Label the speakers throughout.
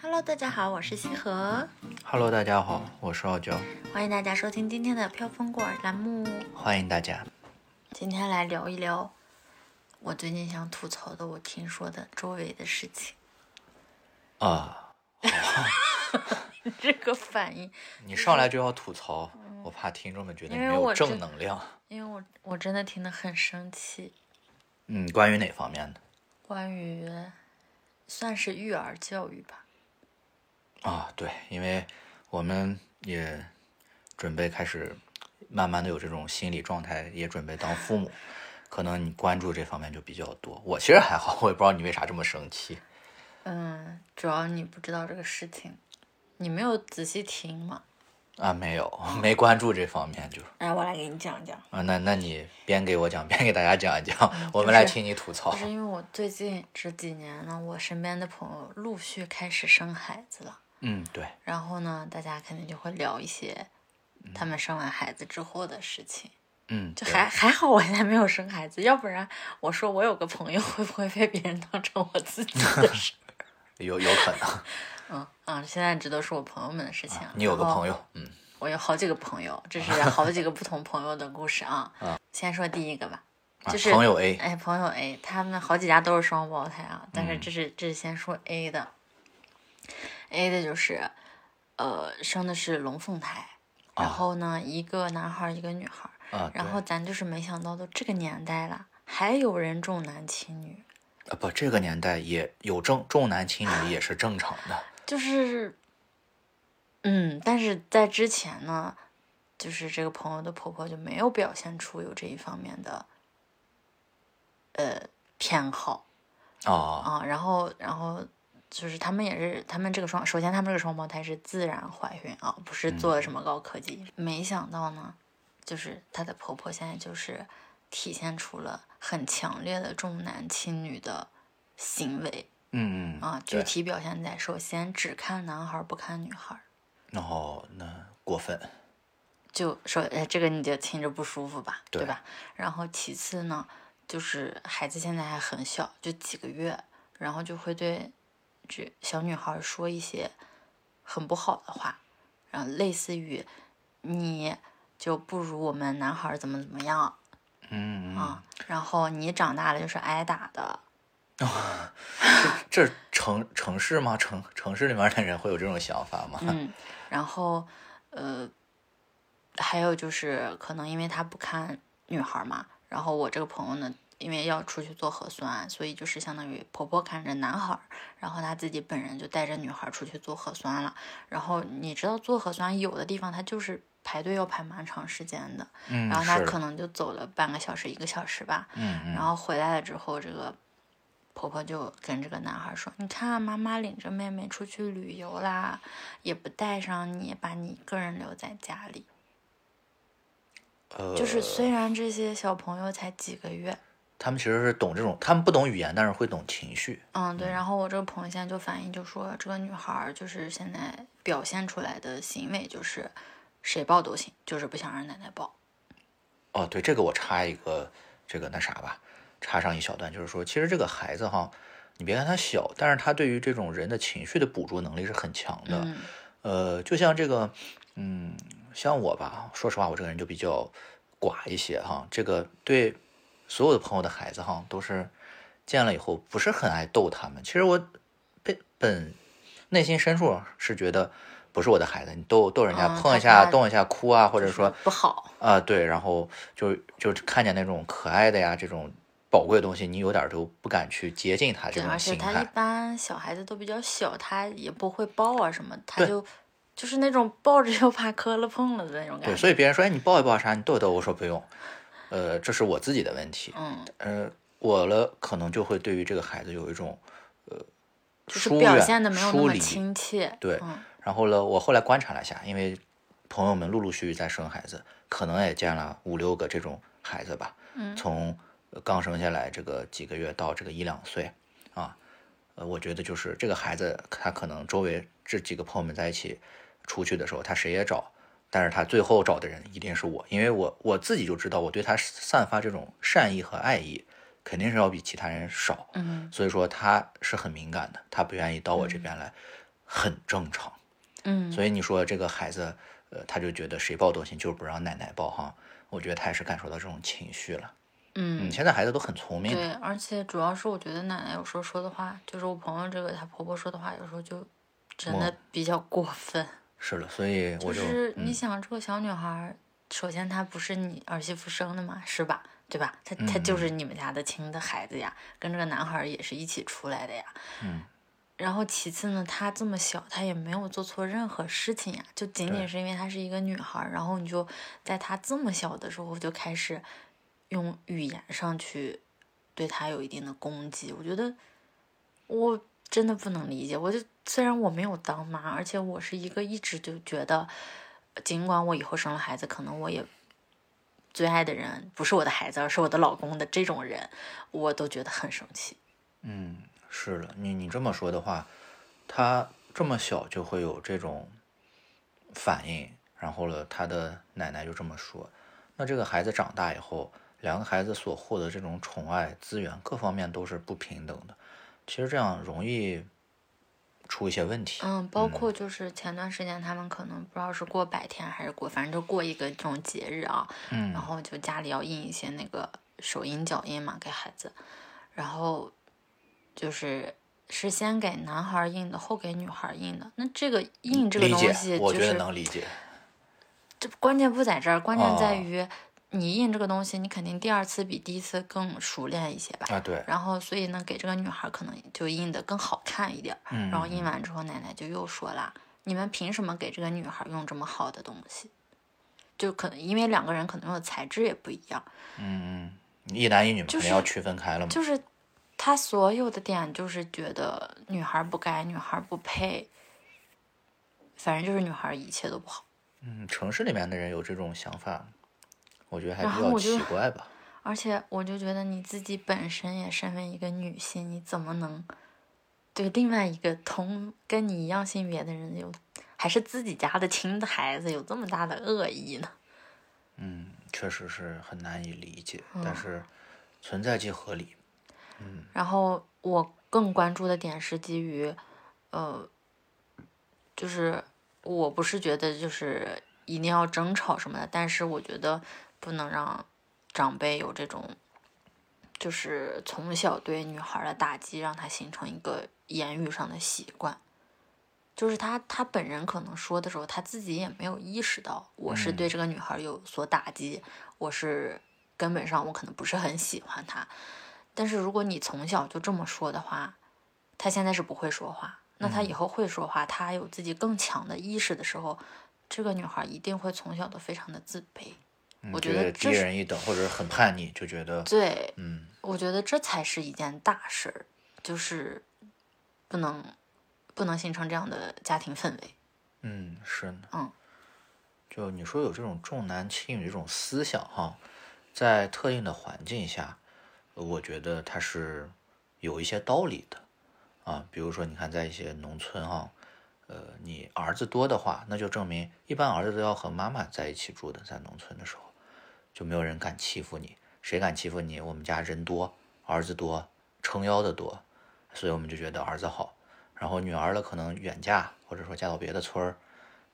Speaker 1: Hello，大家好，我是西河，
Speaker 2: Hello，大家好，我是傲娇，
Speaker 1: 欢迎大家收听今天的《飘风过》栏目。
Speaker 2: 欢迎大家。
Speaker 1: 今天来聊一聊我最近想吐槽的，我听说的周围的事情。
Speaker 2: 啊，
Speaker 1: 这个反应，
Speaker 2: 你上来就要吐槽，我怕听众们觉得你
Speaker 1: 因为
Speaker 2: 没
Speaker 1: 我
Speaker 2: 有
Speaker 1: 这
Speaker 2: 正能量。
Speaker 1: 因为我我真的听得很生气，
Speaker 2: 嗯，关于哪方面的？
Speaker 1: 关于算是育儿教育吧。
Speaker 2: 啊，对，因为我们也准备开始慢慢的有这种心理状态，也准备当父母，可能你关注这方面就比较多。我其实还好，我也不知道你为啥这么生气。
Speaker 1: 嗯，主要你不知道这个事情，你没有仔细听嘛。
Speaker 2: 啊，没有， 没关注这方面就
Speaker 1: 来，我来给你讲讲。
Speaker 2: 啊，那那你边给我讲，边给大家讲一讲，我
Speaker 1: 嗯就
Speaker 2: 们来
Speaker 1: 是
Speaker 2: 听你吐槽
Speaker 1: 就。是因为我最近这几年呢，我身边的朋友陆续开始生孩子了，
Speaker 2: 嗯，对，
Speaker 1: 然后呢，大家肯定就会聊一些他们生完孩子之后的事情。
Speaker 2: 嗯，
Speaker 1: 就
Speaker 2: 对
Speaker 1: 还还好，我现在没有生孩子，要不然我说我有个朋友 会不会被别人当成我自己的 事？
Speaker 2: 有有可能。
Speaker 1: 嗯嗯，现在这都是我朋友们的事情。
Speaker 2: 啊你有个朋
Speaker 1: 友？
Speaker 2: 友，嗯
Speaker 1: 我有好几个朋友， 这是好几个不同朋友的故事啊。先说第一个吧，
Speaker 2: 啊
Speaker 1: 就是
Speaker 2: 朋友 A，
Speaker 1: 哎，朋友 A，他们好几家都是双胞胎啊，但是这是、这是先说 A 的，A 的就是，呃，生的是龙凤胎，然
Speaker 2: 啊
Speaker 1: 后呢，一个男孩儿，一个女孩儿，
Speaker 2: 啊，
Speaker 1: 然
Speaker 2: 对
Speaker 1: 后咱就是没想到都这个年代了，还有人重男轻女，
Speaker 2: 啊不，这个年代也有重重男轻女也是正常的，
Speaker 1: 就是，嗯，但是在之前呢，就是这个朋友的婆婆就没有表现出有这一方面的，呃，偏好。
Speaker 2: 哦
Speaker 1: 啊，然后然后就是他们也是他们这个双，首先他们这个双胞胎是自然怀孕啊，不是做什么高科技。没想到呢，就是她的婆婆现在就是体现出了很强烈的重男轻女的行为
Speaker 2: 嗯嗯，
Speaker 1: 啊，具
Speaker 2: 对
Speaker 1: 体表现在首先只看男孩儿不看女孩儿，
Speaker 2: 然后那过分，
Speaker 1: 就说哎，这个你就听着不舒服吧，对
Speaker 2: 对
Speaker 1: 吧？然后其次呢，就是孩子现在还很小，就几个月，然后就会对这小女孩说一些很不好的话，然后类似于你就不如我们男孩怎么怎么样啊，
Speaker 2: 嗯嗯，
Speaker 1: 然后你长大了就是挨打的，
Speaker 2: 这城城市吗？城城市里面的人会有这种想法吗？
Speaker 1: 嗯，然后呃，还有就是可能因为他不看女孩儿嘛，然后我这个朋友呢，因为要出去做核酸，所以就是相当于婆婆看着男孩儿，然后她自己本人就带着女孩儿出去做核酸了。然后你知道做核酸有的地方它就是排队要排蛮长时间的，
Speaker 2: 嗯，
Speaker 1: 然后她
Speaker 2: 是
Speaker 1: 可能就走了半个小时一个小时吧，
Speaker 2: 嗯嗯
Speaker 1: 然后回来了之后，这个婆婆就跟这个男孩说：“你看，啊妈妈领着妹妹出去旅游啦，也不带上你，把你一个人留在家里。”
Speaker 2: 呃，
Speaker 1: 就是虽然这些小朋友才几个月，
Speaker 2: 他们其实是懂这种，他们不懂语言，但是会懂情绪。
Speaker 1: 嗯，对。然后我这个朋友现在就反映，就说这个女孩儿就是现在表现出来的行为就是谁抱都行，就是不想让奶奶抱。
Speaker 2: 哦，对，这个我插一个这个那啥吧，插上一小段，就是说，其实这个孩子哈，你别看他小，但是他对于这种人的情绪的捕捉能力是很强的。
Speaker 1: 嗯
Speaker 2: 呃，就像这个，嗯，像我吧，说实话，我这个人就比较寡一些哈。这个对所有的朋友的孩子哈，都是见了以后不是很爱逗他们。其实我本本内心深处是觉得不是我的孩子，你逗逗人家、
Speaker 1: 嗯
Speaker 2: 碰一
Speaker 1: 他怕
Speaker 2: 下、动一下、哭啊，或
Speaker 1: 就
Speaker 2: 者
Speaker 1: 是
Speaker 2: 说
Speaker 1: 不好，
Speaker 2: 啊，对，然后就就看见那种可爱的呀，这种宝贵的东西，你有点儿都不敢去接近它这
Speaker 1: 对，
Speaker 2: 种
Speaker 1: 而且
Speaker 2: 心
Speaker 1: 他一
Speaker 2: 态。
Speaker 1: 般小孩子都比较小，他也不会抱啊什么，他
Speaker 2: 对
Speaker 1: 就就是那种抱着又怕磕了碰了的那种感
Speaker 2: 对，
Speaker 1: 觉。
Speaker 2: 所以别人说，哎，你抱一抱啥，你逗一逗，我说不用，呃，这是我自己的问题。
Speaker 1: 嗯，
Speaker 2: 呃，我了可能就会对于这个孩子有一种呃
Speaker 1: 就是
Speaker 2: 疏
Speaker 1: 表
Speaker 2: 远、
Speaker 1: 现的没有那
Speaker 2: 疏
Speaker 1: 么
Speaker 2: 离。
Speaker 1: 亲切。
Speaker 2: 对
Speaker 1: 嗯
Speaker 2: 然后呢，我后来观察了一下，因为朋友们陆陆续续在生孩子，可能也见了五六个这种孩子吧。
Speaker 1: 嗯
Speaker 2: 从呃刚生下来这个几个月到这个一两岁啊，呃，我觉得就是这个孩子，他可能周围这几个朋友们在一起出去的时候，他谁也找，但是他最后找的人一定是我，因为我我自己就知道，我对他散发这种善意和爱意，肯定是要比其他人少。
Speaker 1: 嗯
Speaker 2: 所以说他是很敏感的，他不愿意到我这边来，很正常。
Speaker 1: 嗯，
Speaker 2: 所以你说这个孩子，呃，他就觉得谁抱都行，就是不让奶奶抱哈。我觉得他也是感受到这种情绪了。
Speaker 1: 嗯
Speaker 2: 嗯，，现在孩子都很聪明的，
Speaker 1: 对，而且主要是我觉得奶奶有时候说的话，就是我朋友这个她婆婆说的话，有时候就真的 比较过分。
Speaker 2: 是的，所以我
Speaker 1: 就
Speaker 2: 就是嗯
Speaker 1: 你想，这个小女孩儿，首先她不是你儿媳妇生的嘛，是吧？对吧？她她就是
Speaker 2: 嗯
Speaker 1: 你们家的亲的孩子呀，跟这个男孩儿也是一起出来的呀。
Speaker 2: 嗯。
Speaker 1: 然后其次呢，她这么小，她也没有做错任何事情呀，就仅
Speaker 2: 对
Speaker 1: 仅是因为她是一个女孩儿，然后你就在她这么小的时候就开始用语言上去对她有一定的攻击，我觉得我真的不能理解。我就虽然我没有当妈，而且我是一个一直就觉得，尽管我以后生了孩子，可能我也最爱的人不是我的孩子，而是我的老公的这种人，我都觉得很生气。
Speaker 2: 嗯，是的，你你这么说的话，他这么小就会有这种反应，然后呢，他的奶奶就这么说，那这个孩子长大以后，两个孩子所获得这种宠爱资源各方面都是不平等的，其实这样容易出一些问题。
Speaker 1: 嗯，包括就是前段时间他们可能不知道是过百天还是过，反正就过一个这种节日啊，
Speaker 2: 嗯
Speaker 1: 然后就家里要印一些那个手印脚印嘛给孩子，然后就是是先给男孩儿印的，后给女孩儿印的。那这个印这个
Speaker 2: 理
Speaker 1: 东
Speaker 2: 解，
Speaker 1: 西，
Speaker 2: 我
Speaker 1: 就
Speaker 2: 觉得
Speaker 1: 是
Speaker 2: 能理解。
Speaker 1: 这关键不在这儿，关键在
Speaker 2: 哦
Speaker 1: 于你印这个东西，你肯定第二次比第一次更熟练一些吧。
Speaker 2: 啊，对，
Speaker 1: 然后，所以呢，给这个女孩儿可能就印的更好看一点儿。
Speaker 2: 嗯
Speaker 1: 然后印完之后，奶奶就又说啦：“你们凭什么给这个女孩用这么好的东西？”就可能因为两个人可能用的材质也不一样，
Speaker 2: 嗯嗯，一男一女嘛，
Speaker 1: 就
Speaker 2: 肯定要
Speaker 1: 是
Speaker 2: 区分开了嘛。
Speaker 1: 就是他所有的点就是觉得女孩不该，女孩不配，反正就是女孩一切都不好。
Speaker 2: 嗯，城市里面的人有这种想法，我觉得还
Speaker 1: 然
Speaker 2: 比
Speaker 1: 后
Speaker 2: 较
Speaker 1: 我就
Speaker 2: 奇怪吧。
Speaker 1: 而且我就觉得你自己本身也身为一个女性，你怎么能对另外一个同跟你一样性别的人有，还是自己家的亲的孩子有这么大的恶意呢？
Speaker 2: 嗯，确实是很难以理解，
Speaker 1: 嗯
Speaker 2: 但是存在即合理。
Speaker 1: 然后我更关注的点是基于，呃，就是我不是觉得就是一定要争吵什么的，但是我觉得不能让长辈有这种，就是从小对女孩的打击，让她形成一个言语上的习惯。就是他，他本人可能说的时候，他自己也没有意识到，我是对这个女孩有所打击，我是根本上我可能不是很喜欢她，但是如果你从小就这么说的话，他现在是不会说话，那他以后会说话，他有自己更强的意识的时候，这个女孩一定会从小都非常的自卑。
Speaker 2: 嗯
Speaker 1: 我觉
Speaker 2: 对
Speaker 1: 得
Speaker 2: 低
Speaker 1: 这是
Speaker 2: 人一等，或者是很叛逆，就觉得
Speaker 1: 对，
Speaker 2: 嗯
Speaker 1: 我觉得这才是一件大事儿，就是不能不能形成这样的家庭氛围。
Speaker 2: 嗯是呢。
Speaker 1: 嗯，
Speaker 2: 就你说有这种重男轻女这种思想哈，在特定的环境下，我觉得它是有一些道理的啊。比如说，你看在一些农村哈，呃，你儿子多的话，那就证明一般儿子都要和妈妈在一起住的，在农村的时候就没有人敢欺负你，谁敢欺负你？我们家人多，儿子多，撑腰的多，所以我们就觉得儿子好。然后女儿呢，可能远嫁或者说嫁到别的村儿，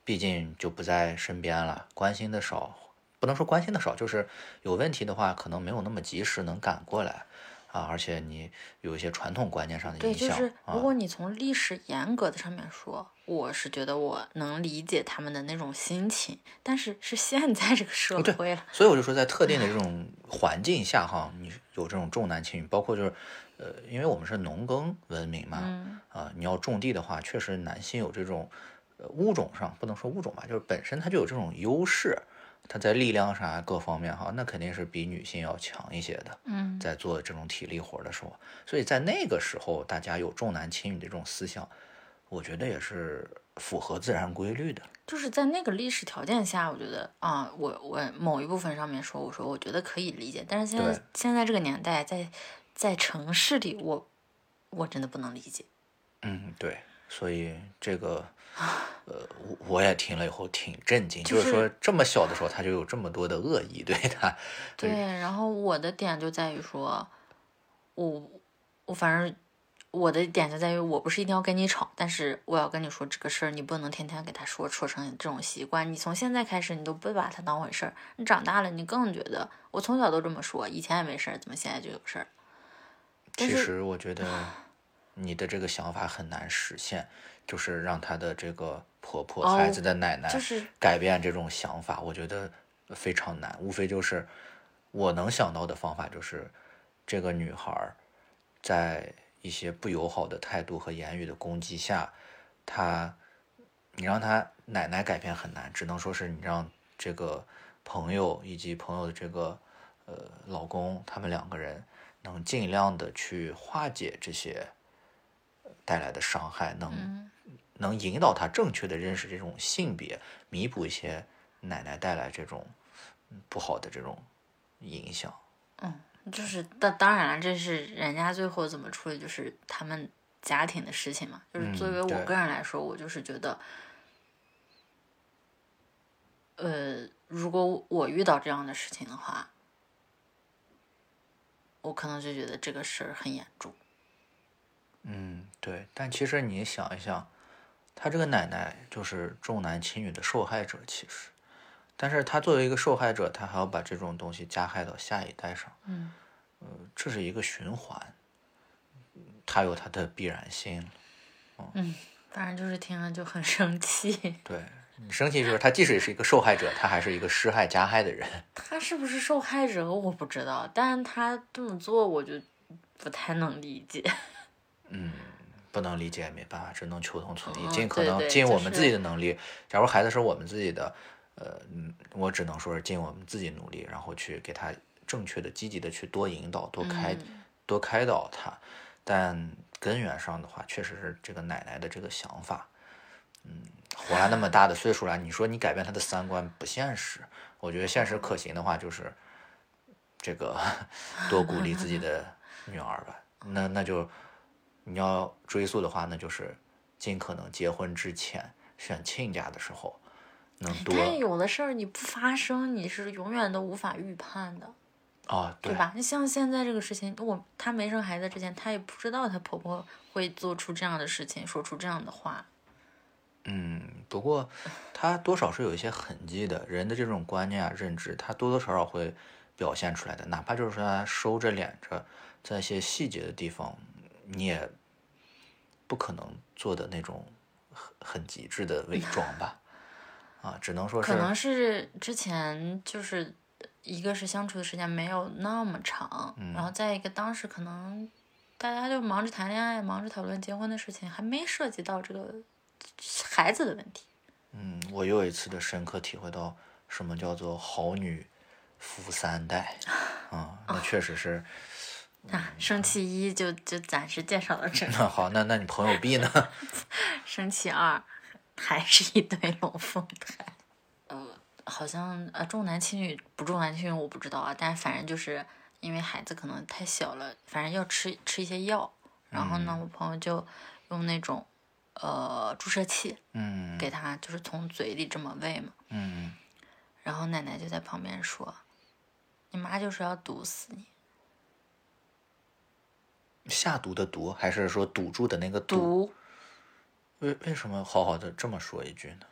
Speaker 2: 毕竟就不在身边了，关心的少，不能说关心的少，就是有问题的话，可能没有那么及时能赶过来啊。而且你有一些传统观念上的
Speaker 1: 对，
Speaker 2: 影响，
Speaker 1: 就是
Speaker 2: 啊。
Speaker 1: 如果你从历史严格的上面说，我是觉得我能理解他们的那种心情，但是是现在这个社
Speaker 2: 对
Speaker 1: 会了，
Speaker 2: 所以我就说，在特定的这种环境下哈，你有这种重男轻女，包括就是，呃，因为我们是农耕文明嘛，
Speaker 1: 嗯
Speaker 2: 啊、你要种地的话，确实男性有这种，呃，物种上不能说物种吧，就是本身他就有这种优势，他在力量上啊各方面哈，那肯定是比女性要强一些的，
Speaker 1: 嗯，
Speaker 2: 在做这种体力活的时候，所以在那个时候，大家有重男轻女的这种思想，我觉得也是符合自然规律的，
Speaker 1: 就是在那个历史条件下，我觉得啊，我我某一部分上面说，我说我觉得可以理解，但是现在
Speaker 2: 对
Speaker 1: 现在这个年代，在在城市里，我我真的不能理解。
Speaker 2: 嗯，对，所以这个，呃，我我也听了以后挺震惊，
Speaker 1: 就
Speaker 2: 就是说
Speaker 1: 是
Speaker 2: 这么小的时候他就有这么多的恶意对他，
Speaker 1: 对，然后我的点就在于说，我我反正我的点就在于，我不是一定要跟你吵，但是我要跟你说这个事儿，你不能天天给他说说成这种习惯。你从现在开始，你都不把它当回事儿。你长大了，你更觉得我从小都这么说，以前也没事儿，怎么现在就有事儿？但
Speaker 2: 其
Speaker 1: 是
Speaker 2: 实我觉得你的这个想法很难实现，就是让她的这个婆婆、
Speaker 1: 哦
Speaker 2: 孩子的奶奶
Speaker 1: 就是
Speaker 2: 改变这种想法，我觉得非常难。无非就是我能想到的方法就是，这个女孩儿在一些不友好的态度和言语的攻击下，她你让她奶奶改变很难，只能说是你让这个朋友以及朋友的这个呃老公他们两个人能尽量的去化解这些呃带来的伤害，能、
Speaker 1: 嗯
Speaker 2: 能引导他正确的认识这种性别，弥补一些奶奶带来这种嗯不好的这种影响。
Speaker 1: 就是，但当然了，这是人家最后怎么处理，就是他们家庭的事情嘛。就是
Speaker 2: 嗯
Speaker 1: 作为我
Speaker 2: 对
Speaker 1: 个人来说，我就是觉得，呃，如果我遇到这样的事情的话，我可能就觉得这个事儿很严重。
Speaker 2: 嗯，对。但其实你想一想，她这个奶奶就是重男轻女的受害者，其实，但是她作为一个受害者，她还要把这种东西加害到下一代上，
Speaker 1: 嗯，
Speaker 2: 呃，这是一个循环，它有它的必然性。
Speaker 1: 反正就是听了就很生气。
Speaker 2: 对你生气就是，她即使是一个受害者，她还是一个施害加害的人。
Speaker 1: 他是不是受害者我不知道，但是他这么做我就不太能理解。
Speaker 2: 嗯，不能理解也没办法，只能求同存异，
Speaker 1: 嗯
Speaker 2: 尽可
Speaker 1: 对
Speaker 2: 能
Speaker 1: 对
Speaker 2: 尽
Speaker 1: 就
Speaker 2: 我们自己
Speaker 1: 是
Speaker 2: 的能力。假如孩子是我们自己的，呃，嗯，我只能说是尽我们自己努力，然后去给他正确的、积极的去多引导、多开、
Speaker 1: 嗯
Speaker 2: 多开导他。但根源上的话，确实是这个奶奶的这个想法，嗯，活了那么大的岁数了，你说你改变她的三观不现实。我觉得现实可行的话，就是这个多鼓励自己的女儿吧。那那就你要追溯的话，那就是尽可能结婚之前选亲家的时候，能多
Speaker 1: 但哎有的事儿你不发生，你是永远都无法预判的，
Speaker 2: 啊、
Speaker 1: 对
Speaker 2: 对
Speaker 1: 吧？你像现在这个事情，我她没生孩子之前，她也不知道她婆婆会做出这样的事情，说出这样的话。
Speaker 2: 嗯，不过他多少是有一些痕迹的，人的这种观念啊、认知，他多多少少会表现出来的，哪怕就是说他收着敛着，在一些细节的地方，你也不可能做的那种很很极致的伪装吧，啊，只能说是
Speaker 1: 可能是之前就是一个是相处的时间没有那么长，
Speaker 2: 嗯
Speaker 1: 然后再一个当时可能大家就忙着谈恋爱，忙着讨论结婚的事情，还没涉及到这个孩子的问题。
Speaker 2: 嗯，我又一次的深刻体会到什么叫做好女扶三代啊、
Speaker 1: 哦
Speaker 2: 那确实是。
Speaker 1: 啊，
Speaker 2: 嗯
Speaker 1: 生气一就就暂时介绍到这儿，
Speaker 2: 那好，那那你朋友 B 呢？
Speaker 1: 生气二还是一堆龙凤胎。呃，好像呃重男轻女不重男轻女我不知道啊，但是反正就是因为孩子可能太小了，反正要吃吃一些药。然后
Speaker 2: 嗯
Speaker 1: 呢，我朋友就用那种呃注射器
Speaker 2: 嗯
Speaker 1: 给他，就是从嘴里这么喂嘛。
Speaker 2: 嗯，
Speaker 1: 然后奶奶就在旁边说：“你妈就是要毒死你，
Speaker 2: 下毒的毒，还是说堵住的那个堵？
Speaker 1: 毒。”
Speaker 2: 为为什么好好的这么说一句呢？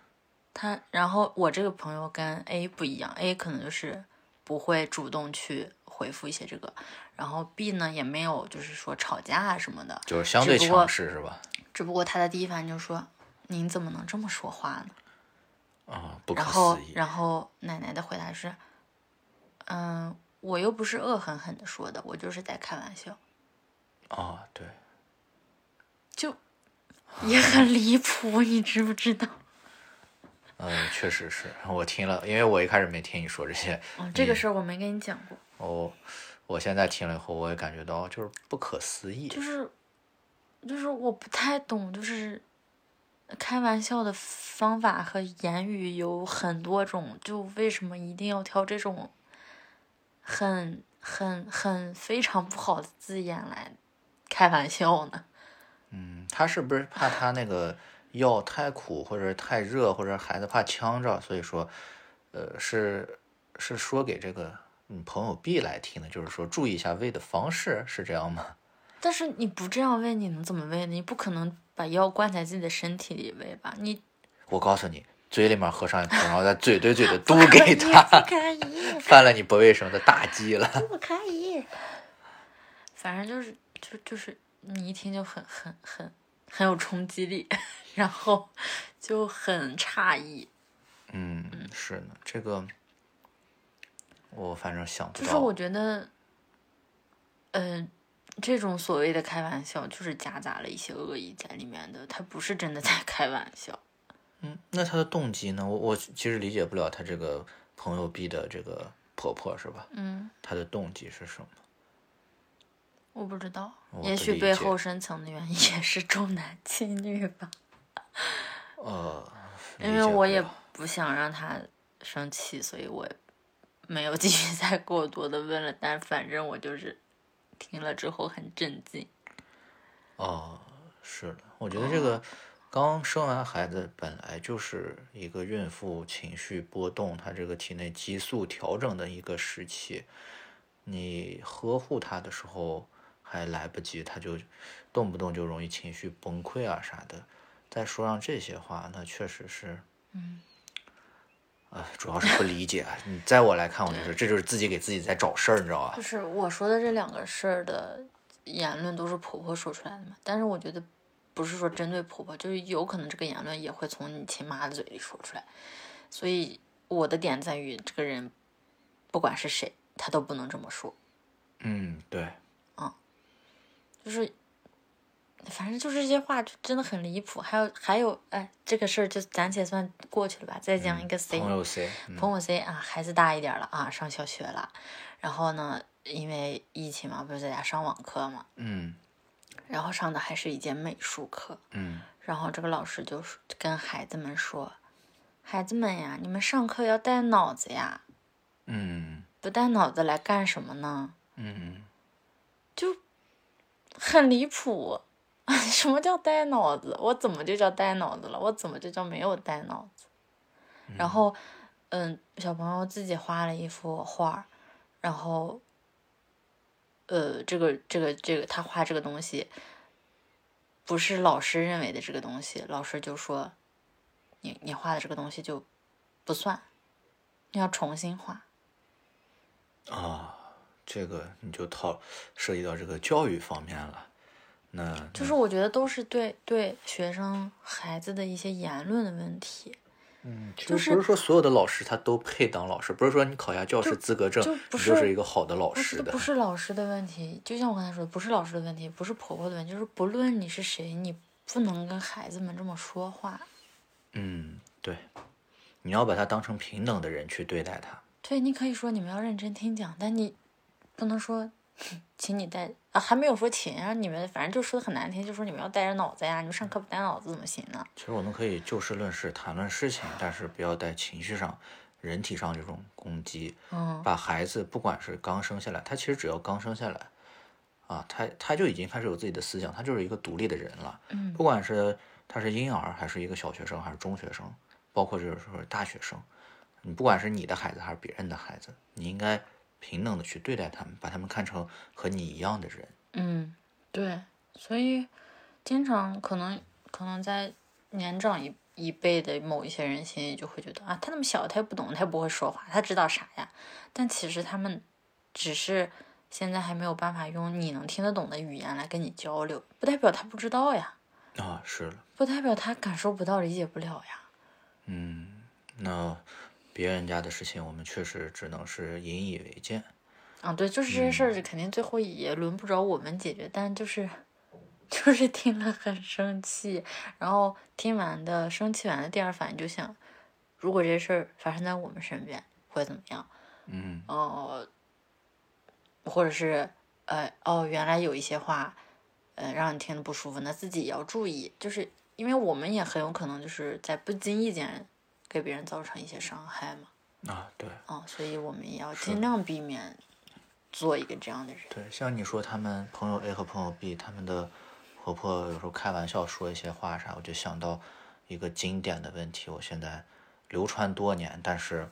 Speaker 1: 他，然后我这个朋友跟 A 不一样，A 可能就是不会主动去回复一些这个，然后 B 呢也没有就是说吵架啊什么的，
Speaker 2: 就是相
Speaker 1: 只
Speaker 2: 对
Speaker 1: 不过
Speaker 2: 强势是吧？
Speaker 1: 只不过他的第一反应就说：“您怎么能这么说话呢
Speaker 2: 啊，不？”可
Speaker 1: 然后
Speaker 2: 思，议。
Speaker 1: 然后奶奶的回答是：“嗯，我又不是恶狠狠的说的，我就是在开玩笑。”
Speaker 2: 啊，对，
Speaker 1: 就 也很离谱，你知不知道？
Speaker 2: 嗯，确实是我听了，因为我一开始没听你说这些，
Speaker 1: 嗯，这个事儿我没跟你讲过。
Speaker 2: 我我现在听了以后，我也感觉到就是不可思议。
Speaker 1: 就是就是我不太懂，就是开玩笑的方法和言语有很多种，就为什么一定要挑这种很很很非常不好的字眼来开玩笑呢？
Speaker 2: 嗯他是不是怕他那个药太苦，或者太热，或者孩子怕呛着，所以说，呃，是是嗯说给这个你朋友 B 来听的，就是说注意一下胃的方式，是这样吗？
Speaker 1: 但是你不这样喂，你能怎么喂呢？你不可能把药灌在自己的身体里喂吧？你
Speaker 2: 我告诉你，嘴里面合上一口，然后再嘴对嘴的嘟
Speaker 1: 不
Speaker 2: 给 他，
Speaker 1: 可以，不可以，
Speaker 2: 犯了你不卫生的大忌了。
Speaker 1: 不可以。反正就是就就是你一听就很很很很有冲击力， 然后就很诧异。
Speaker 2: 嗯，是呢，这个我反正想不
Speaker 1: 就
Speaker 2: 到。
Speaker 1: 是我觉得，呃，这种所谓的开玩笑，就是夹杂了一些恶意在里面的，他不是真的在开玩笑。
Speaker 2: 嗯，那他的动机呢？我我其实理解不了他这个朋友 B 的这个婆婆是吧？
Speaker 1: 嗯，
Speaker 2: 她的动机是什么？
Speaker 1: 我不知道，
Speaker 2: 我
Speaker 1: 也
Speaker 2: 不
Speaker 1: 许
Speaker 2: 理
Speaker 1: 背
Speaker 2: 解
Speaker 1: 后深层的原因也是重男轻女吧，
Speaker 2: 呃，
Speaker 1: 因
Speaker 2: 理
Speaker 1: 为
Speaker 2: 解不
Speaker 1: 我也
Speaker 2: 了
Speaker 1: 不想让他生气，所以我也没有继续 再过多的问了。但反正我就是听了之后很震惊。
Speaker 2: 哦，是的，我觉得这个刚生完孩子本来就是一个孕妇情绪波动，她这个体内激素调整的一个时期，你呵护她的时候还来不及，她就动不动就容易情绪崩溃啊啥的。再说上这些话，那确 实是，
Speaker 1: 嗯，
Speaker 2: 啊，主要是不理解啊。你在我来看，我就是这就是自己给自己在找事儿，你知道吧
Speaker 1: 就？是我说的这两个事儿的言论都是婆婆说出来的嘛，但是我觉得不是说针对婆婆，就是有可能这个言论也会从你亲妈的嘴里说出来，所以我的点在于这个人不管是谁，他都不能这么说，
Speaker 2: 嗯，对，
Speaker 1: 就是反正就是这些话就真的很离谱，还有还有哎，这个事儿就暂且算过去了吧，再讲一个谁、
Speaker 2: 朋友 C，嗯
Speaker 1: 朋友 C 啊，孩子大一点了啊，上小学了，然后呢，因为疫情嘛，不是在家上网课嘛。
Speaker 2: 嗯
Speaker 1: 然后上的还是一节美术课，
Speaker 2: 嗯
Speaker 1: 然后这个老师就说跟孩子们说：“孩子们呀，你们上课要带脑子呀，
Speaker 2: 嗯
Speaker 1: 不带脑子来干什么呢？
Speaker 2: 嗯，
Speaker 1: 就很离谱。 什么叫带脑子？我怎么就叫带脑子了？我怎么就叫没有带脑子？”然后，嗯，小朋友自己画了一幅画儿，然后，呃，这个这个这个，他画这个东西，不是老师认为的这个东西，老师就说，你你画的这个东西就不算，你要重新画。
Speaker 2: 啊，这个你就套涉及到这个教育方面了。那
Speaker 1: 就是我觉得都是对对学生孩子的一些言论的问题，
Speaker 2: 嗯，其实
Speaker 1: 就
Speaker 2: 不是说所有的老师他都配当老师，不是说你考下教师资格证，
Speaker 1: 就不
Speaker 2: 你就是
Speaker 1: 是
Speaker 2: 一个好的老
Speaker 1: 不是
Speaker 2: 师的
Speaker 1: 不。是老师的问题，就像我刚才说的，不是老师的问题，不是婆婆的问题，就是不论你是谁，你不能跟孩子们这么说话。
Speaker 2: 嗯，对，你要把他当成平等的人去对待他。
Speaker 1: 对，你可以说你们要认真听讲，但你不能说，请你带啊，还没有说请啊，你们反正就说的很难听，就说你们要带着脑子呀，你们上课不带脑子怎么行呢？
Speaker 2: 其实我们可以就事论事谈论事情，但是不要在情绪上、人体上这种攻击。
Speaker 1: 嗯，
Speaker 2: 把孩子不管是刚生下来，他其实只要刚生下来，啊，他他就已经开始有自己的思想，他就是一个独立的人了。
Speaker 1: 嗯
Speaker 2: 不管是他是婴儿，还是一个小学生，还是中学生，包括就是说大学生，你不管是你的孩子还是别人的孩子，你应该平等的去对待他们，把他们看成和你一样的人。
Speaker 1: 嗯，对，所以经常可能可能在年长一一辈的某一些人心里就会觉得啊，他那么小，他也不懂，他也不会说话，他知道啥呀？但其实他们只是现在还没有办法用你能听得懂的语言来跟你交流，不代表他不知道呀，
Speaker 2: 啊，是的，
Speaker 1: 不代表他感受不到、理解不了呀。
Speaker 2: 嗯，那别人家的事情，我们确实只能是引以为戒。
Speaker 1: 啊，对，就是这些事儿，就肯定最后也轮不着我们解决，但就是 就是听了很生气，然后听完的生气完的第二反应就想，如果这些事儿发生在我们身边会怎么样？
Speaker 2: 嗯
Speaker 1: 哦、或者是呃哦，原来有一些话，呃，让你听得不舒服，那自己也要注意，就是因为我们也很有可能就是在不经意间给别人造成一些伤害嘛。
Speaker 2: 啊，对。
Speaker 1: 啊、所以我们也要尽量避免做一个这样的人。
Speaker 2: 对，像你说他们朋友 A 和朋友 B，他们的婆婆有时候开玩笑说一些话啥，我就想到一个经典的问题，我现在流传多年，但是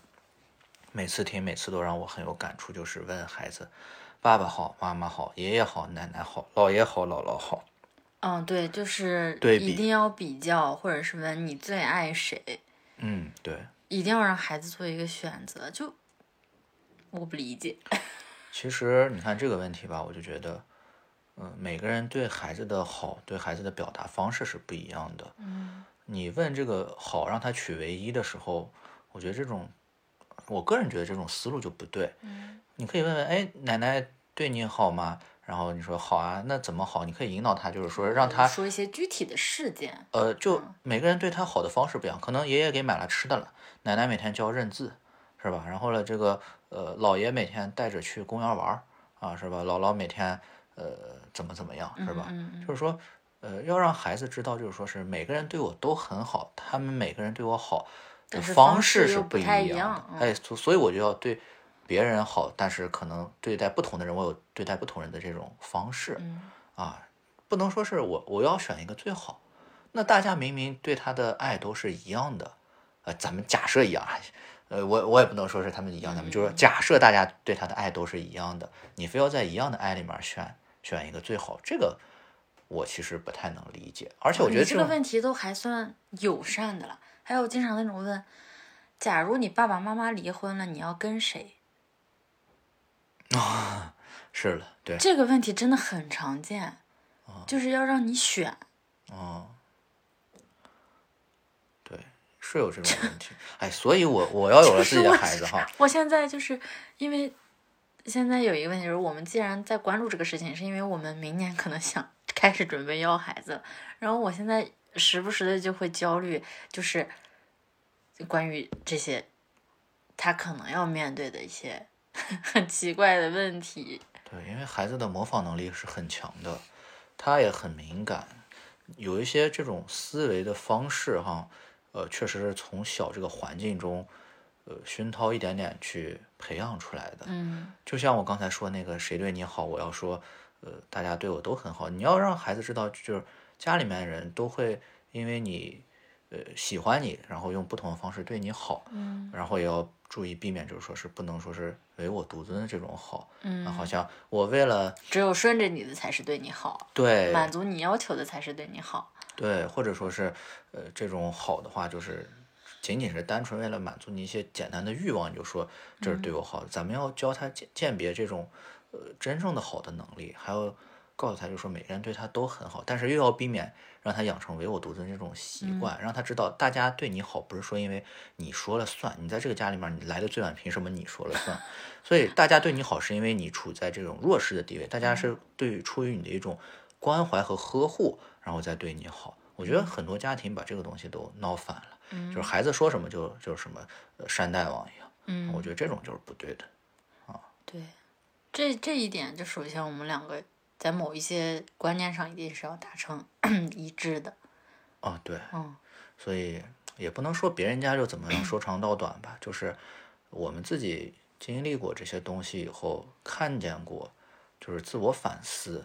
Speaker 2: 每次听每次都让我很有感触，就是问孩子爸爸好，妈妈好，爷爷好，奶奶好，姥爷好，姥姥好。
Speaker 1: 嗯，对，就是
Speaker 2: 对
Speaker 1: 一
Speaker 2: 比
Speaker 1: 定要比较，或者是问你最爱谁，
Speaker 2: 嗯，对，
Speaker 1: 一定要让孩子做一个选择。就我不理解，
Speaker 2: 其实你看这个问题吧，我就觉得，嗯，每个人对孩子的好，对孩子的表达方式是不一样的。
Speaker 1: 嗯
Speaker 2: 你问这个好让他取唯一的时候，我觉得这种，我个人觉得这种思路就不对。
Speaker 1: 嗯
Speaker 2: 你可以问问，哎，奶奶对你好吗？然后你说好啊，那怎么好？你可以引导他，就是说让他，
Speaker 1: 说一些具体的事件，
Speaker 2: 呃，就每个人对他好的方式不一样。可能爷爷给买了吃的了，奶奶每天教认字，是吧？然后呢，这个呃，姥爷每天带着去公园玩儿啊，是吧？姥姥每天呃怎么怎么样，是吧？
Speaker 1: 嗯嗯
Speaker 2: 就是说，呃，要让孩子知道，就是说是每个人对我都很好，他们每个人对我好的
Speaker 1: 但是
Speaker 2: 方
Speaker 1: 方
Speaker 2: 式
Speaker 1: 式
Speaker 2: 是
Speaker 1: 又
Speaker 2: 不
Speaker 1: 不
Speaker 2: 一
Speaker 1: 太一
Speaker 2: 样的
Speaker 1: 样。嗯
Speaker 2: 哎，所所以我就要对别人好，但是可能对待不同的人，我有对待不同人的这种方式、
Speaker 1: 嗯
Speaker 2: 啊，不能说是我我要选一个最好。那大家明明对他的爱都是一样的，呃，咱们假设一样，哎呃，我我也不能说是他们一样，咱们就说
Speaker 1: 嗯
Speaker 2: 假设大家对他的爱都是一样的，你非要在一样的爱里面选选一个最好，这个我其实不太能理解。而且我
Speaker 1: 哦你
Speaker 2: 觉得
Speaker 1: 这
Speaker 2: 这
Speaker 1: 个
Speaker 2: 种
Speaker 1: 问题都还算友善的了。还有经常那种问，假如你爸爸妈妈离婚了，你要跟谁？
Speaker 2: 是了，对，
Speaker 1: 这个问题真的很常见，
Speaker 2: 啊
Speaker 1: 就是要让你选。
Speaker 2: 嗯，对，是有这种问题。哎，所以我我要有了自己的孩子哈，
Speaker 1: 我现在就是因为现在有一个问题，就是我们既然在关注这个事情，是因为我们明年可能想 开始准备要孩子了，然后我现在时不时的就会焦虑，就是关于这些他可能要面对的一些 很奇怪的问题。
Speaker 2: 对，因为孩子的模仿能力是很强的，他也很敏感，有一些这种思维的方式哈，呃，确实是从小这个环境中，呃，熏陶一点点去培养出来的。
Speaker 1: 嗯
Speaker 2: 就像我刚才说那个谁对你好，我要说，呃，大家对我都很好。你要让孩子知道，就是家里面人都会因为你，呃，喜欢你，然后用不同的方式对你好，
Speaker 1: 嗯
Speaker 2: 然后也要注意避免，就是说是不能说是唯我独尊的这种好。那啊好
Speaker 1: 嗯，
Speaker 2: 像我为了
Speaker 1: 只有顺着你的才是对你好，
Speaker 2: 对
Speaker 1: 满足你要求的才是对你好。
Speaker 2: 对，或者说是，呃，这种好的话就是。仅仅是单纯为了满足你一些简单的欲望，你就说这是对我好的。咱们要教他鉴鉴别这种，呃，真正的好的能力，还要告诉他，就说每个人对他都很好，但是又要避免让他养成唯我独尊这种习惯，让他知道大家对你好不是说因为你说了算，你在这个家里面你来的最晚，凭什么你说了算？所以大家对你好是因为你处在这种弱势的地位，大家是对于出于你的一种关怀和呵护，然后再对你好。我觉得
Speaker 1: 嗯
Speaker 2: 很多家庭把这个东西都闹反了，就是孩子说什么就就是什么，呃山大王一样。
Speaker 1: 嗯
Speaker 2: 我觉得这种就是不对的。
Speaker 1: 对，这这一点就首先我们两个在某一些观念上一定是要达成 一致的。
Speaker 2: 啊，对，
Speaker 1: 嗯
Speaker 2: 所以也不能说别人家就怎么样说长道短吧，就是我们自己经历过这些东西以后，看见过，就是自我反思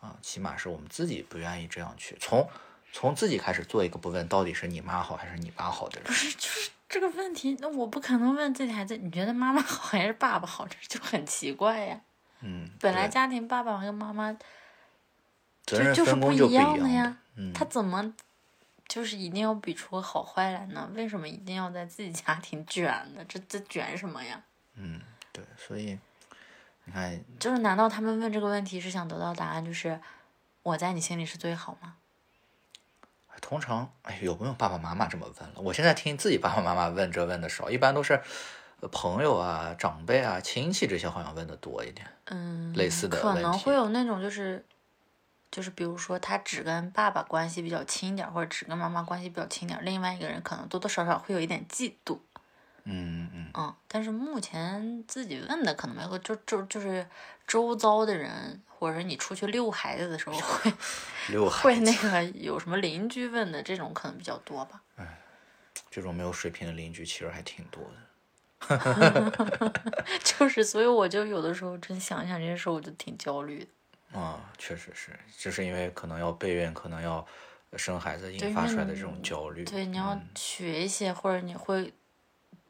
Speaker 2: 啊，起码是我们自己不愿意这样去，从从自己开始做一个不问到底是你妈好还是你爸好的人
Speaker 1: 不，是，就是这个问题，那我不可能问自己孩子，你觉得妈妈好还是爸爸好，这就很奇怪呀。
Speaker 2: 嗯，
Speaker 1: 本来
Speaker 2: 对
Speaker 1: 家庭爸爸和妈妈
Speaker 2: 责任
Speaker 1: 就就是
Speaker 2: 分
Speaker 1: 不
Speaker 2: 工就
Speaker 1: 一
Speaker 2: 不一样
Speaker 1: 的呀，
Speaker 2: 嗯，
Speaker 1: 他怎么就是一定要比出好坏来呢？为什么一定要在自己家庭卷呢？这这卷什么呀？
Speaker 2: 嗯，对，所以你看，
Speaker 1: 就是难道他们问这个问题是想得到答案，就是我在你心里是最好吗？
Speaker 2: 通常，哎，有没有爸爸妈妈这么问了？我现在听自己爸爸妈妈问这问的少，一般都是呃朋友啊、长辈啊、亲戚这些好像问的多一点。
Speaker 1: 嗯，
Speaker 2: 类似的
Speaker 1: 可
Speaker 2: 问
Speaker 1: 能
Speaker 2: 题
Speaker 1: 会有那种就是，就是比如说他只跟爸爸关系比较亲一点儿，或者只跟妈妈关系比较亲一点儿，另外一个人可能多多少少会有一点嫉妒，
Speaker 2: 嗯嗯，
Speaker 1: 嗯，但是目前自己问的可能没有，就就就是周遭的人，或者是你出去遛孩子的时候 会
Speaker 2: 六孩
Speaker 1: 会
Speaker 2: 子
Speaker 1: 那个有什么邻居问的这种可能比较多吧。
Speaker 2: 这种没有水平的邻居其实还挺多的。
Speaker 1: 就是，所以我就有的时候真想想这些事儿，我就挺焦虑的。
Speaker 2: 啊、确实是，就是因为可能要备孕，可能要生孩子
Speaker 1: 对
Speaker 2: 引发
Speaker 1: 那
Speaker 2: 出来的
Speaker 1: 你
Speaker 2: 这种焦虑。
Speaker 1: 对，你要
Speaker 2: 嗯
Speaker 1: 学一些，或者你会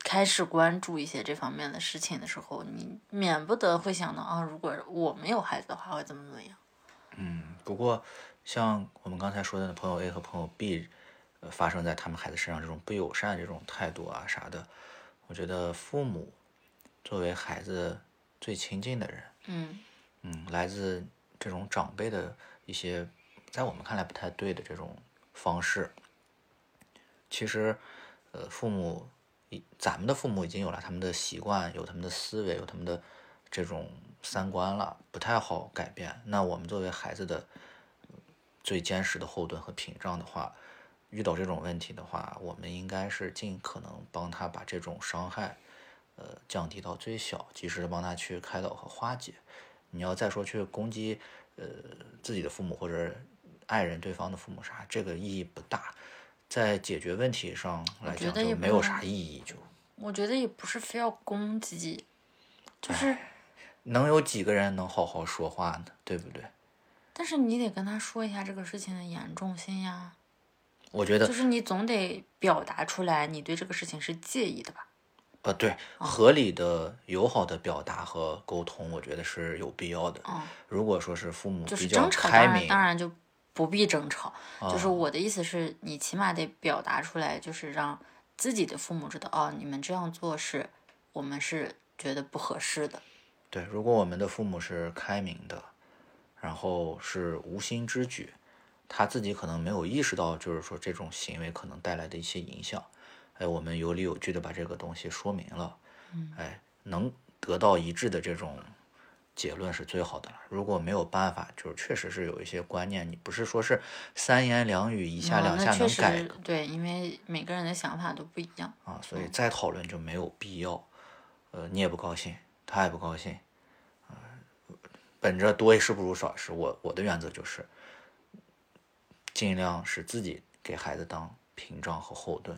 Speaker 1: 开始关注一些这方面的事情的时候，你免不得会想到啊，如果我没有孩子的话，会怎么怎么样？
Speaker 2: 嗯，不过像我们刚才说的，朋友 A 和朋友 B，呃，发生在他们孩子身上这种不友善这种态度啊啥的，我觉得父母作为孩子最亲近的人，
Speaker 1: 嗯
Speaker 2: 嗯，来自这种长辈的一些，在我们看来不太对的这种方式，其实，呃，父母已咱们的父母已经有了他们的习惯，有他们的思维，有他们的这种三观了，不太好改变。那我们作为孩子的呃最坚实的后盾和屏障的话，遇到这种问题的话，我们应该是尽可能帮他把这种伤害，呃，降低到最小，及时的帮他去开导和化解。你要再说去攻击呃自己的父母或者爱人对方的父母啥，这个意义不大，在解决问题上来
Speaker 1: 觉
Speaker 2: 讲
Speaker 1: 得也
Speaker 2: 就
Speaker 1: 不
Speaker 2: 没有
Speaker 1: 是
Speaker 2: 啥意义，就
Speaker 1: 我觉得也不是非要攻击，就是，
Speaker 2: 能有几个人能好好说话呢？对不对？
Speaker 1: 但是你得跟他说一下这个事情的严重性呀，
Speaker 2: 我觉得
Speaker 1: 就是你总得表达出来，你对这个事情是介意的吧？
Speaker 2: 呃，对，
Speaker 1: 哦
Speaker 2: 合理的、友好的表达和沟通，我觉得是有必要的。
Speaker 1: 嗯，
Speaker 2: 如果说是父母
Speaker 1: 就是
Speaker 2: 比较
Speaker 1: 争吵，
Speaker 2: 开
Speaker 1: 当然
Speaker 2: 明，
Speaker 1: 当然就不必争吵。就是
Speaker 2: 啊
Speaker 1: 我的意思是，你起码得表达出来，就是让自己的父母知道，哦，你们这样做是，我们是觉得不合适的。
Speaker 2: 对，如果我们的父母是开明的，然后是无心之举，他自己可能没有意识到，就是说这种行为可能带来的一些影响。哎，我们有理有据的把这个东西说明了，
Speaker 1: 嗯
Speaker 2: 哎，能得到一致的这种结论是最好的了。如果没有办法，就是确实是有一些观念，你不是说是三言两语一下
Speaker 1: 嗯
Speaker 2: 两
Speaker 1: 那
Speaker 2: 下
Speaker 1: 确
Speaker 2: 能改
Speaker 1: 实对，因为每个人的想法都不一样。
Speaker 2: 啊，所
Speaker 1: 嗯
Speaker 2: 以再讨论就没有必要。呃，你也不高兴，他也不高兴，呃，本着多一事不如少一事，我我的原则就是尽量使自己给孩子当屏障和后盾，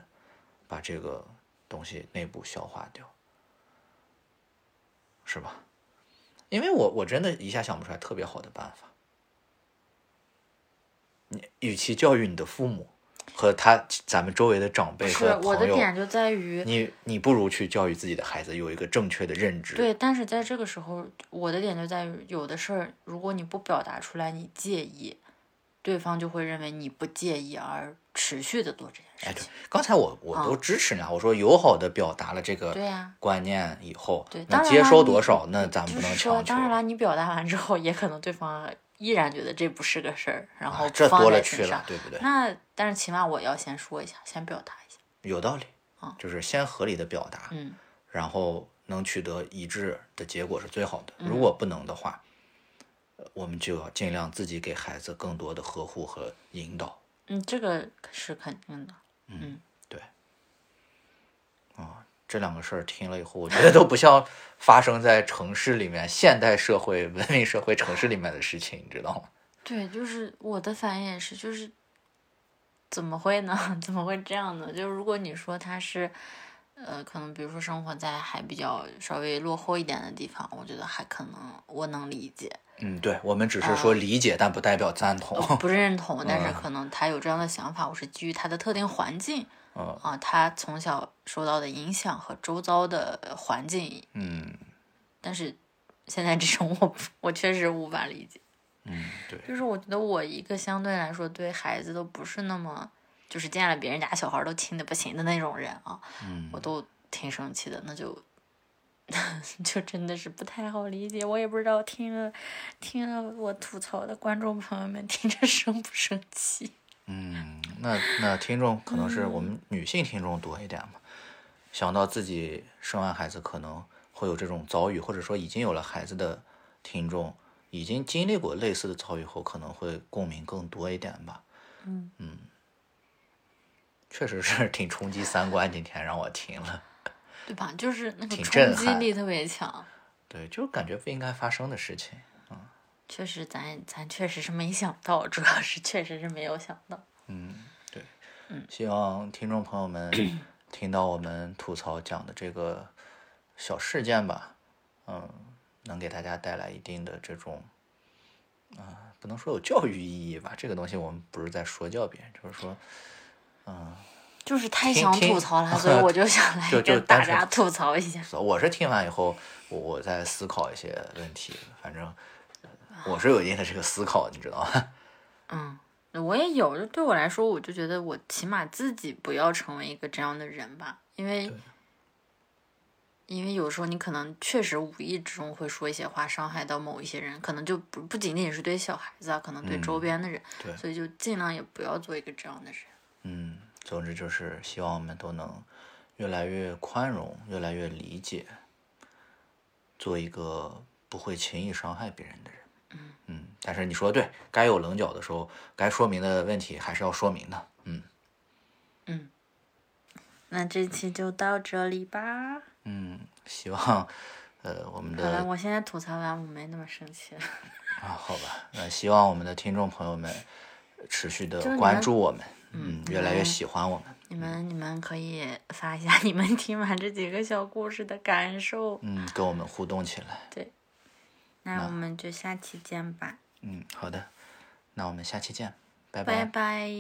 Speaker 2: 把这个东西内部消化掉，是吧？因为我我真的一下想不出来特别好的办法。你与其教育你的父母和他咱们周围的长辈
Speaker 1: 是
Speaker 2: 和
Speaker 1: 我的
Speaker 2: 朋友，
Speaker 1: 点就在于，
Speaker 2: 你你不如去教育自己的孩子有一个正确的认知。
Speaker 1: 对，但是在这个时候，我的点就在于，有的事儿如果你不表达出来，你介意，对方就会认为你不介意而持续的做这件
Speaker 2: 哎，
Speaker 1: 事
Speaker 2: 对
Speaker 1: 情。，
Speaker 2: 刚才我我都支持你啊，我说友好的表达了这个
Speaker 1: 嗯对呀
Speaker 2: 观念以后，
Speaker 1: 对，当
Speaker 2: 那
Speaker 1: 然
Speaker 2: 接
Speaker 1: 啦
Speaker 2: 收
Speaker 1: 你
Speaker 2: 多少，那咱
Speaker 1: 就
Speaker 2: 们不
Speaker 1: 是
Speaker 2: 能
Speaker 1: 说，
Speaker 2: 强求
Speaker 1: 当。然啦，你表达完之后，也可能对方依然觉得这不是个事儿，然后
Speaker 2: 啊，
Speaker 1: 不
Speaker 2: 这
Speaker 1: 放
Speaker 2: 多
Speaker 1: 在
Speaker 2: 了
Speaker 1: 心
Speaker 2: 去了
Speaker 1: 上，。
Speaker 2: 对不对？
Speaker 1: 那但是起码我要先说一下，先表达一下。
Speaker 2: 有道理
Speaker 1: 啊，
Speaker 2: 就是先合理的表达，
Speaker 1: 嗯，
Speaker 2: 然后能取得一致的结果是最好
Speaker 1: 嗯
Speaker 2: 的。如果不能的话，呃我们就要尽量自己给孩子更多的呵护和引导。
Speaker 1: 嗯，这个是肯定的。
Speaker 2: 对，啊、这两个事儿听了以后，我觉得都不像发生在城市里面、现代社会、文明社会、城市里面的事情，你知道吗？
Speaker 1: 对，就是我的反应也是，就是怎么会呢？ 怎么会这样呢？就如果你说他是，呃，可能比如说生活在还比较稍微落后一点的地方，我觉得还可能我能理解，
Speaker 2: 嗯，对，我们只是说理解，但不代表赞同。
Speaker 1: 呃不认同，但是
Speaker 2: 嗯
Speaker 1: 可能他有这样的想法，我是基于他的特定环境，
Speaker 2: 嗯
Speaker 1: 啊，他从小受到的影响和周遭的呃环境，
Speaker 2: 嗯
Speaker 1: 但是现在这种我不我确实无法理解。
Speaker 2: 嗯，对，
Speaker 1: 就是我觉得我一个相对来说对孩子都不是那么，就是见了别人家小孩儿都亲的不行的那种人啊，
Speaker 2: 嗯
Speaker 1: 我都挺生气的，那就。 就真的是不太好理解，我也不知道听了听了我吐槽的观众朋友们听着生不生气？
Speaker 2: 嗯，那那听众可能是我们女性听众多一点嘛，想到自己生完孩子可能会有这种遭遇，或者说已经有了孩子的听众，已经经历过类似的遭遇后，可能会共鸣更多一点吧。
Speaker 1: 嗯
Speaker 2: 确实是挺冲击三观，今天让我听了，
Speaker 1: 对吧？就是那个
Speaker 2: 挺
Speaker 1: 冲
Speaker 2: 震
Speaker 1: 击
Speaker 2: 撼
Speaker 1: 力特别强。
Speaker 2: 对，就是感觉不应该发生的事情。
Speaker 1: 确实咱，咱确实是没想到，主要是确实是没有想到。
Speaker 2: 嗯，对，希望听众朋友们听到我们吐槽讲的这个小事件吧，嗯，能给大家带来一定的这种，啊、不能说有教育意义吧，这个东西我们不是在说教别人，就是说，嗯、
Speaker 1: 就是太想
Speaker 2: 听
Speaker 1: 吐槽 了，所以我就想来
Speaker 2: 就就
Speaker 1: 跟
Speaker 2: 单
Speaker 1: 大
Speaker 2: 纯
Speaker 1: 家吐槽一下。
Speaker 2: 我是听完以后，我我在思考一些问题，反正我是有一定的这个思考，你知道吗？
Speaker 1: 嗯，我也有，就对我来说，我就觉得我起码自己不要成为一个这样的人吧，因为
Speaker 2: 对
Speaker 1: 因为有时候你可能确实无意之中会说一些话，伤害到某一些人，可能就不不仅仅是对小孩子啊，可能对周
Speaker 2: 嗯
Speaker 1: 边的人，
Speaker 2: 对
Speaker 1: 所以就尽量也不要做一个这样的人。
Speaker 2: 嗯，总之就是希望我们都能越来越宽容，越来越理解，做一个不会轻易伤害别人的人。嗯，但是你说的对，该有棱角的时候，该说明的问题还是要说明的。嗯
Speaker 1: 那这期就到这里吧。
Speaker 2: 嗯，希望呃我们
Speaker 1: 好了，
Speaker 2: 的
Speaker 1: 我现在吐槽完，我没那么生气了。
Speaker 2: 啊，好吧，那希望我们的听众朋友们持续
Speaker 1: 就是
Speaker 2: 的
Speaker 1: 你
Speaker 2: 关
Speaker 1: 们
Speaker 2: 注我们，嗯，越来越
Speaker 1: 嗯
Speaker 2: 喜欢我们，
Speaker 1: 你们你们可以发一下 你们听完这几个小故事的感受。
Speaker 2: 嗯，跟我们互动起来，
Speaker 1: 那我们就下期见吧，
Speaker 2: 嗯，好的，那我们下期见，拜
Speaker 1: 拜拜